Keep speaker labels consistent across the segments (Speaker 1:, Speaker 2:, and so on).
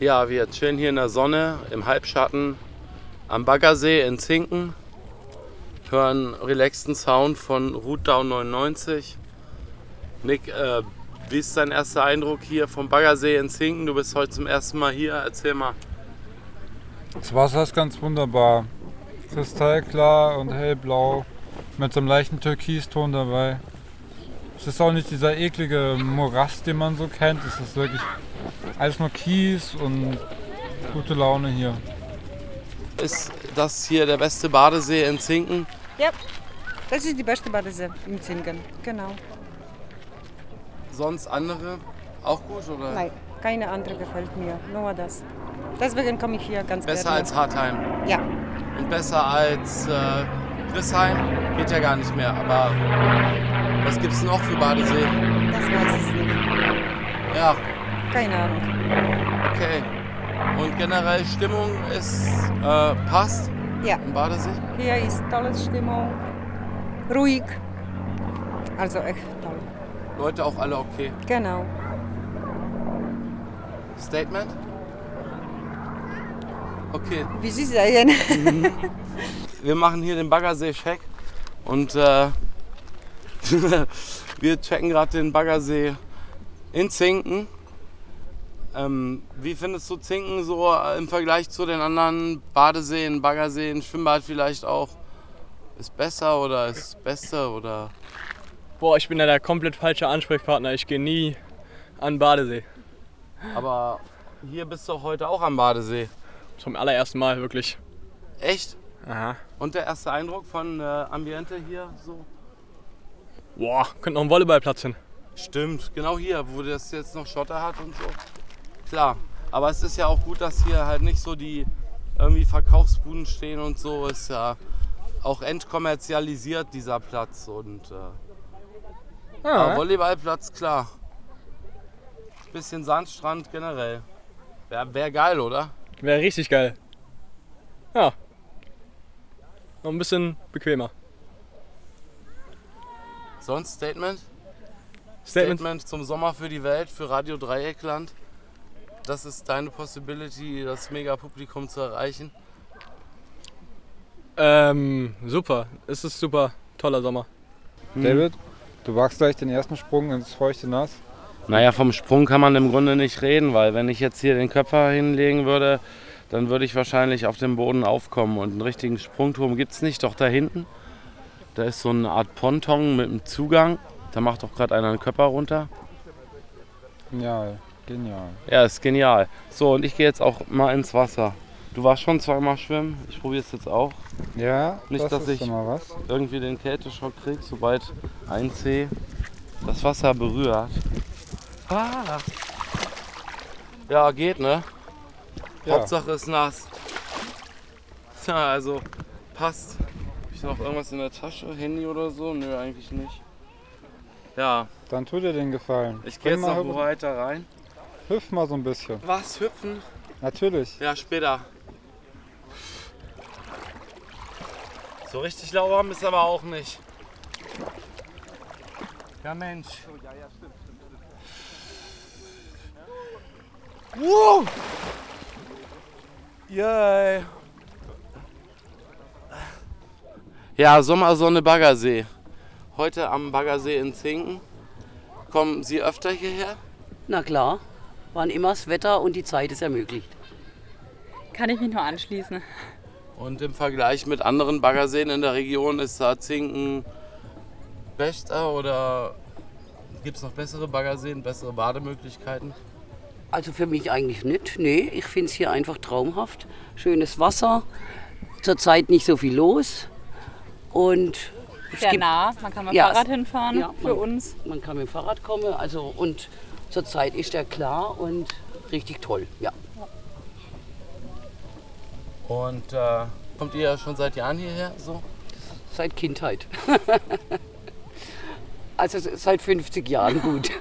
Speaker 1: Ja, wir chillen hier in der Sonne, im Halbschatten, am Baggersee in Zinken. Hören relaxten Sound von Route Down 99. Nick, äh, wie ist dein erster Eindruck hier vom Baggersee in Zinken? Du bist heute zum ersten Mal hier. Erzähl mal.
Speaker 2: Das Wasser ist ganz wunderbar. Kristallklar und hellblau. Mit so einem leichten Türkiston dabei. Es ist auch nicht dieser eklige Morast, den man so kennt. Es ist wirklich alles nur Kies und gute Laune hier.
Speaker 1: Ist das hier der beste Badesee in Zinken?
Speaker 3: Ja, das ist die beste Badesee im Zinken. Genau.
Speaker 1: Sonst andere auch gut oder?
Speaker 3: Nein, keine andere gefällt mir. Nur das. Deswegen komme ich hier ganz
Speaker 1: Besser
Speaker 3: gerne.
Speaker 1: als Hartheim
Speaker 3: Ja,
Speaker 1: und besser als äh, Grissheim? Geht ja gar nicht mehr, aber was gibt's denn noch für Badeseen?
Speaker 3: das weiß ich nicht.
Speaker 1: Ja,
Speaker 3: Keine Ahnung.
Speaker 1: okay. Und generell Stimmung ist, äh, passt
Speaker 3: Ja,
Speaker 1: im Badesee?
Speaker 3: hier ist tolle Stimmung. Ruhig. Also echt toll.
Speaker 1: Leute auch alle okay.
Speaker 3: Genau.
Speaker 1: Statement? Okay,
Speaker 3: Wie Sie sehen.
Speaker 1: wir machen hier den Baggersee-Check und äh, wir checken gerade den Baggersee in Zinken. Ähm, wie findest du Zinken so äh, im Vergleich zu den anderen Badeseen, Baggerseen, Schwimmbad vielleicht auch? Ist besser oder ist besser oder?
Speaker 4: Boah, ich bin ja der komplett falsche Ansprechpartner. Ich gehe nie an den Badesee.
Speaker 1: Aber hier bist du heute auch am Badesee.
Speaker 4: Zum allerersten Mal, wirklich.
Speaker 1: Echt?
Speaker 4: Aha.
Speaker 1: Und der erste Eindruck von äh, Ambiente hier so?
Speaker 4: Boah, könnte noch ein Volleyballplatz hin.
Speaker 1: Stimmt, genau hier, wo das jetzt noch Schotter hat und so. Klar, aber es ist ja auch gut, dass hier halt nicht so die irgendwie Verkaufsbuden stehen und so. Ist ja auch entkommerzialisiert dieser Platz und äh, ja, Volleyballplatz, klar. Bisschen Sandstrand generell. Wäre wär geil, oder?
Speaker 4: Wäre richtig geil. Ja. Noch ein bisschen bequemer.
Speaker 1: Sonst Statement?
Speaker 4: Statement.
Speaker 1: Statement zum Sommer für die Welt, für Radio Dreieckland. Das ist deine Possibility, das Mega-Publikum zu erreichen.
Speaker 4: Ähm, super. Es ist super. Toller Sommer.
Speaker 2: David, du wagst gleich den ersten Sprung ins feuchte Nass.
Speaker 1: Naja, vom Sprung kann man im Grunde nicht reden, weil wenn ich jetzt hier den Körper hinlegen würde, dann würde ich wahrscheinlich auf dem Boden aufkommen. Und einen richtigen Sprungturm gibt es nicht, doch da hinten. Da ist so eine Art Ponton mit einem Zugang. Da macht doch gerade einer den Körper runter.
Speaker 2: Genial, genial.
Speaker 1: Ja, ist genial. So, und ich gehe jetzt auch mal ins Wasser. Du warst schon zweimal schwimmen. Ich probiere es jetzt auch.
Speaker 2: Ja,
Speaker 1: Nicht,
Speaker 2: das
Speaker 1: dass
Speaker 2: ist
Speaker 1: ich-
Speaker 2: doch mal was.
Speaker 1: Irgendwie den Kälteschock kriegst, sobald ein Zeh das Wasser berührt. Ah. Ja, geht, ne?
Speaker 2: Ja.
Speaker 1: Hauptsache ist nass. Tja, also passt. Hab ich noch irgendwas in der Tasche? Handy oder so? Nö, eigentlich nicht. Ja,
Speaker 2: Dann tut dir den Gefallen.
Speaker 1: ich gehe
Speaker 2: Bring
Speaker 1: jetzt noch
Speaker 2: mal,
Speaker 1: weiter rein.
Speaker 2: Hüpf mal so ein bisschen.
Speaker 1: Was? Hüpfen?
Speaker 2: Natürlich.
Speaker 1: Ja, später. So richtig lauwarm ist aber auch nicht. Ja, Mensch. Wow! Yay! Ja, Sommersonne Baggersee. Heute am Baggersee in Zinken. Kommen Sie öfter hierher?
Speaker 5: Na klar, wann immer das Wetter und die Zeit es ermöglicht.
Speaker 6: Kann ich mich nur anschließen.
Speaker 1: Und im Vergleich mit anderen Baggerseen in der Region ist da Zinken bester oder gibt es noch bessere Baggerseen, bessere Bademöglichkeiten?
Speaker 5: Also für mich eigentlich nicht. Nee, ich finde es hier einfach traumhaft. Schönes Wasser, zurzeit nicht so viel los. Und es
Speaker 6: Sehr
Speaker 5: gibt,
Speaker 6: nah, man kann mit dem
Speaker 5: Ja,
Speaker 6: Fahrrad
Speaker 5: es-
Speaker 6: hinfahren
Speaker 5: ja,
Speaker 6: für
Speaker 5: man-
Speaker 6: uns.
Speaker 5: man kann mit dem Fahrrad kommen. Also und zurzeit ist er klar und richtig toll. Ja.
Speaker 1: Und äh, kommt ihr schon seit Jahren hierher? So?
Speaker 5: Seit Kindheit. also seit 50 Jahren gut.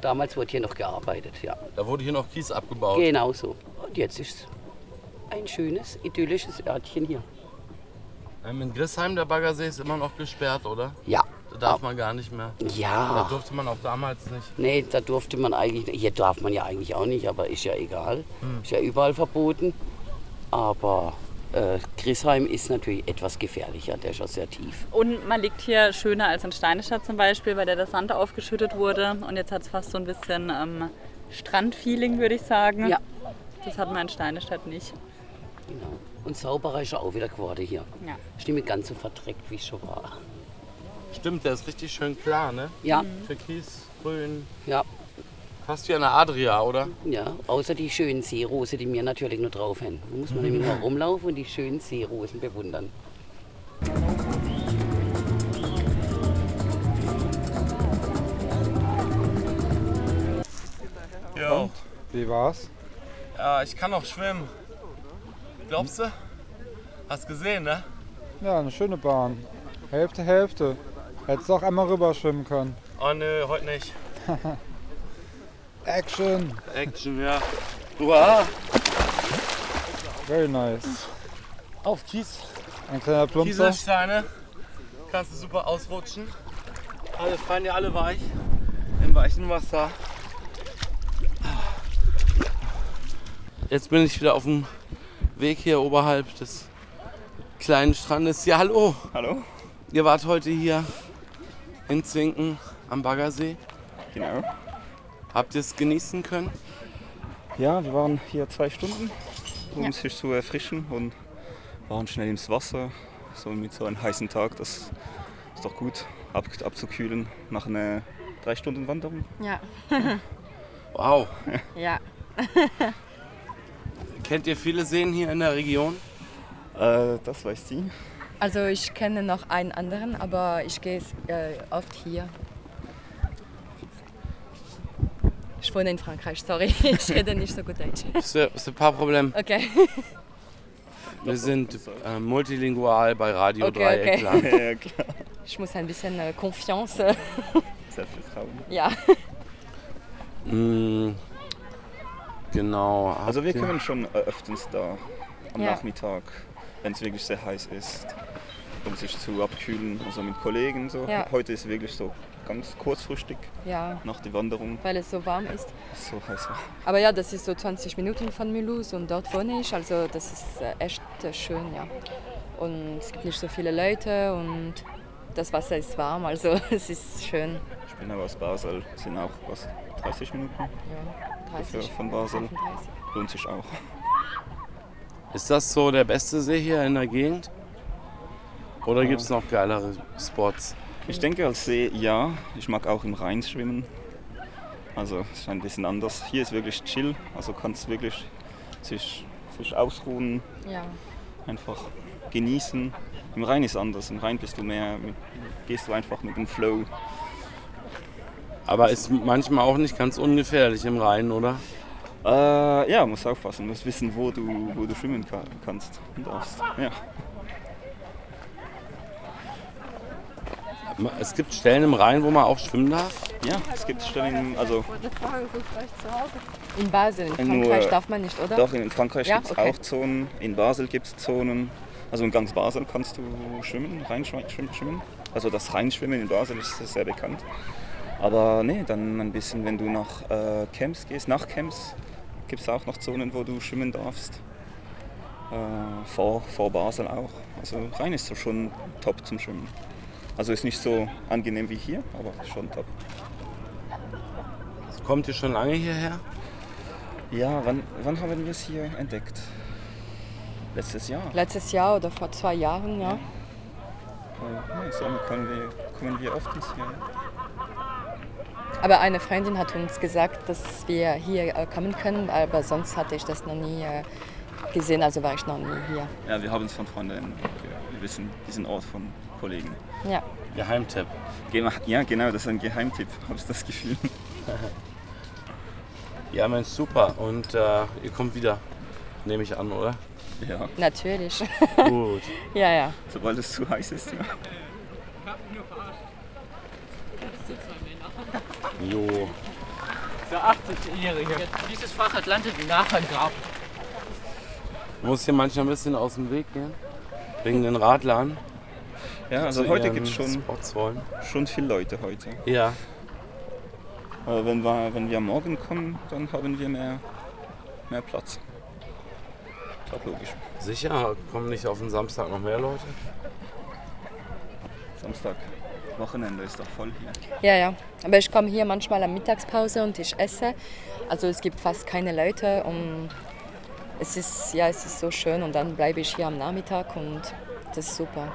Speaker 5: Damals wurde hier noch gearbeitet, ja.
Speaker 1: Da wurde hier noch Kies abgebaut.
Speaker 5: Genau so. Und jetzt ist ein schönes, idyllisches Örtchen hier.
Speaker 1: Ähm, in Grissheim, der Baggersee ist immer noch gesperrt, oder?
Speaker 5: Ja,
Speaker 1: Da darf man gar nicht mehr. Da
Speaker 5: Ja,
Speaker 1: durfte man auch damals nicht.
Speaker 5: nee, da durfte man eigentlich, hier darf man ja eigentlich auch nicht, aber ist ja egal. Ist ja überall verboten. Aber äh, Grisheim ist natürlich etwas gefährlicher, der ist ja sehr tief.
Speaker 6: Und man liegt hier schöner als in Steinestadt zum Beispiel, weil der der Sand aufgeschüttet wurde. Und jetzt hat es fast so ein bisschen ähm, Strandfeeling, würde ich sagen.
Speaker 5: Ja.
Speaker 6: Das hat man in Steinestadt nicht.
Speaker 5: Genau. Und sauberer ist er auch wieder geworden hier.
Speaker 6: Ja.
Speaker 5: Ist nicht mehr ganz so verdreckt, wie es schon war.
Speaker 1: Stimmt, der ist richtig schön klar, ne?
Speaker 5: Ja,
Speaker 1: Türkis, grün.
Speaker 5: ja,
Speaker 1: Fast wie an der Adria, oder?
Speaker 5: ja. Außer die schönen Seerose, die mir natürlich nur drauf hängen. Da muss man nämlich mal rumlaufen und die schönen Seerosen bewundern.
Speaker 1: Ja.
Speaker 2: Wie war's?
Speaker 1: Ja, ich kann auch schwimmen. Glaubst du? Hast gesehen, ne?
Speaker 2: Ja, eine schöne Bahn. Hälfte, Hälfte. Hättest du auch einmal rüberschwimmen können.
Speaker 1: Oh nö, heute nicht.
Speaker 2: Action!
Speaker 1: Action, ja. Uah.
Speaker 2: Very nice.
Speaker 1: Auf Kies.
Speaker 2: Ein kleiner Plumpser.
Speaker 1: Kieselsteine. Kannst du super ausrutschen. Alle fallen ja alle weich. Im weichen Wasser. Jetzt bin ich wieder auf dem Weg hier oberhalb des kleinen Strandes. Ja, hallo.
Speaker 7: Hallo,
Speaker 1: Ihr wart heute hier in Zwinken am Baggersee.
Speaker 7: genau.
Speaker 1: Habt ihr es genießen können?
Speaker 7: Ja, wir waren hier zwei Stunden, um uns sich zu erfrischen und waren schnell ins Wasser. So mit so einem heißen Tag, das ist doch gut, ab, abzukühlen nach einer drei Stunden Wanderung.
Speaker 8: Ja,
Speaker 1: Wow.
Speaker 8: ja.
Speaker 1: Kennt ihr viele Seen hier in der Region?
Speaker 7: Äh, das weiß sie.
Speaker 8: Also ich kenne noch einen anderen, aber ich gehe äh, oft hier. Ich wohne in Frankreich, sorry. Ich rede nicht so gut Deutsch.
Speaker 1: Ist ja- ist ein paar Probleme.
Speaker 8: Okay.
Speaker 1: Wir sind äh, multilingual bei Radio
Speaker 8: Okay,
Speaker 1: Dreieck.
Speaker 8: okay.
Speaker 1: Land.
Speaker 7: Ja, klar.
Speaker 8: Ich muss ein bisschen äh, Confiance. äh,
Speaker 7: Selbstvertrauen.
Speaker 8: Ja.
Speaker 1: Mm, Genau.
Speaker 7: Also wir
Speaker 1: Habt ihr-
Speaker 7: kommen schon äh, öfters da am
Speaker 8: Ja.
Speaker 7: Nachmittag, wenn es wirklich sehr heiß ist, um sich zu abkühlen, also mit Kollegen so.
Speaker 8: Ja.
Speaker 7: Heute ist wirklich so ganz kurzfristig
Speaker 8: Ja,
Speaker 7: nach der Wanderung.
Speaker 8: weil es so warm ist.
Speaker 7: So heiß war.
Speaker 8: Aber ja, das ist so 20 Minuten von Mulhouse und dort wohne ich. Also das ist äh, echt äh, schön, ja. Und es gibt nicht so viele Leute und das Wasser ist warm, also es ist schön.
Speaker 7: Ich bin aber aus Basel, sind auch was, 30 Minuten.
Speaker 8: Ja, 30,
Speaker 7: von Basel.
Speaker 8: 35.
Speaker 7: Lohnt sich auch.
Speaker 1: Ist das so der beste See hier in der Gegend? Oder gibt es
Speaker 7: Äh.
Speaker 1: noch geilere Spots?
Speaker 7: Ich denke als See ja. Ich mag auch im Rhein schwimmen. Also es ist ein bisschen anders. Hier ist wirklich chill, also kannst wirklich sich, sich ausruhen,
Speaker 8: Ja.
Speaker 7: einfach genießen. Im Rhein ist anders. Im Rhein bist du mehr, mit, gehst du einfach mit dem Flow.
Speaker 1: Aber ist manchmal auch nicht ganz ungefährlich im Rhein, oder?
Speaker 7: Äh, ja, musst aufpassen, musst wissen, wo du, wo du schwimmen ka- kannst und darfst. Ja.
Speaker 1: Es gibt Stellen im Rhein, wo man auch schwimmen darf.
Speaker 7: ja, es gibt Stellen, also
Speaker 8: In Basel, in
Speaker 7: Nur-
Speaker 8: Frankreich darf man nicht, oder?
Speaker 7: Doch, in Frankreich
Speaker 8: Ja,
Speaker 7: gibt es
Speaker 8: okay.
Speaker 7: auch Zonen, in Basel gibt es Zonen. Also in ganz Basel kannst du schwimmen, reinschwimmen. Also das Reinschwimmen in Basel ist sehr bekannt. Aber nee, dann ein bisschen, wenn du nach äh, Camps gehst, nach Camps gibt es auch noch Zonen, wo du schwimmen darfst. Äh, vor, vor Basel auch. Also Rhein ist so schon top zum Schwimmen. Also ist nicht so angenehm wie hier, aber schon top.
Speaker 1: Kommt ihr schon lange hierher?
Speaker 7: Ja, wann, wann haben wir es hier entdeckt? Letztes Jahr.
Speaker 8: Letztes Jahr oder vor zwei Jahren, ja.
Speaker 7: Ja, so kommen wir, kommen wir oft ins Jahr.
Speaker 8: Aber eine Freundin hat uns gesagt, dass wir hier äh, kommen können, aber sonst hatte ich das noch nie äh, gesehen, also war ich noch nie hier.
Speaker 7: Ja, wir haben es von Freunden gehört. Wir wissen diesen Ort von Kollegen.
Speaker 8: Ja.
Speaker 1: Geheimtipp.
Speaker 7: Geh mal- Ja, genau, das ist ein Geheimtipp, habe ich das Gefühl.
Speaker 1: Ja, Mensch, super. Und äh, ihr kommt wieder, nehme ich an, oder?
Speaker 7: Ja,
Speaker 8: Natürlich.
Speaker 1: Gut.
Speaker 8: ja, ja.
Speaker 7: sobald es zu heiß ist. Ja.
Speaker 1: Jo.
Speaker 9: Dieses Fahrrad landet nachher im Grab.
Speaker 1: Muss hier manchmal ein bisschen aus dem Weg gehen. Wegen den Radlern.
Speaker 7: Ja, also
Speaker 1: zu
Speaker 7: heute
Speaker 1: ihren
Speaker 7: gibt es schon,
Speaker 1: Spots wollen.
Speaker 7: schon viele Leute heute.
Speaker 1: Ja.
Speaker 7: Aber wenn wir, wenn wir morgen kommen, dann haben wir mehr, mehr Platz. Ist Auch logisch.
Speaker 1: Sicher, kommen nicht auf den Samstag noch mehr Leute?
Speaker 7: Samstag, Wochenende ist doch voll hier.
Speaker 10: Ja, ja. Aber ich komme hier manchmal am Mittagspause und ich esse. Also es gibt fast keine Leute und es ist, ja, es ist so schön und dann bleibe ich hier am Nachmittag und das ist super.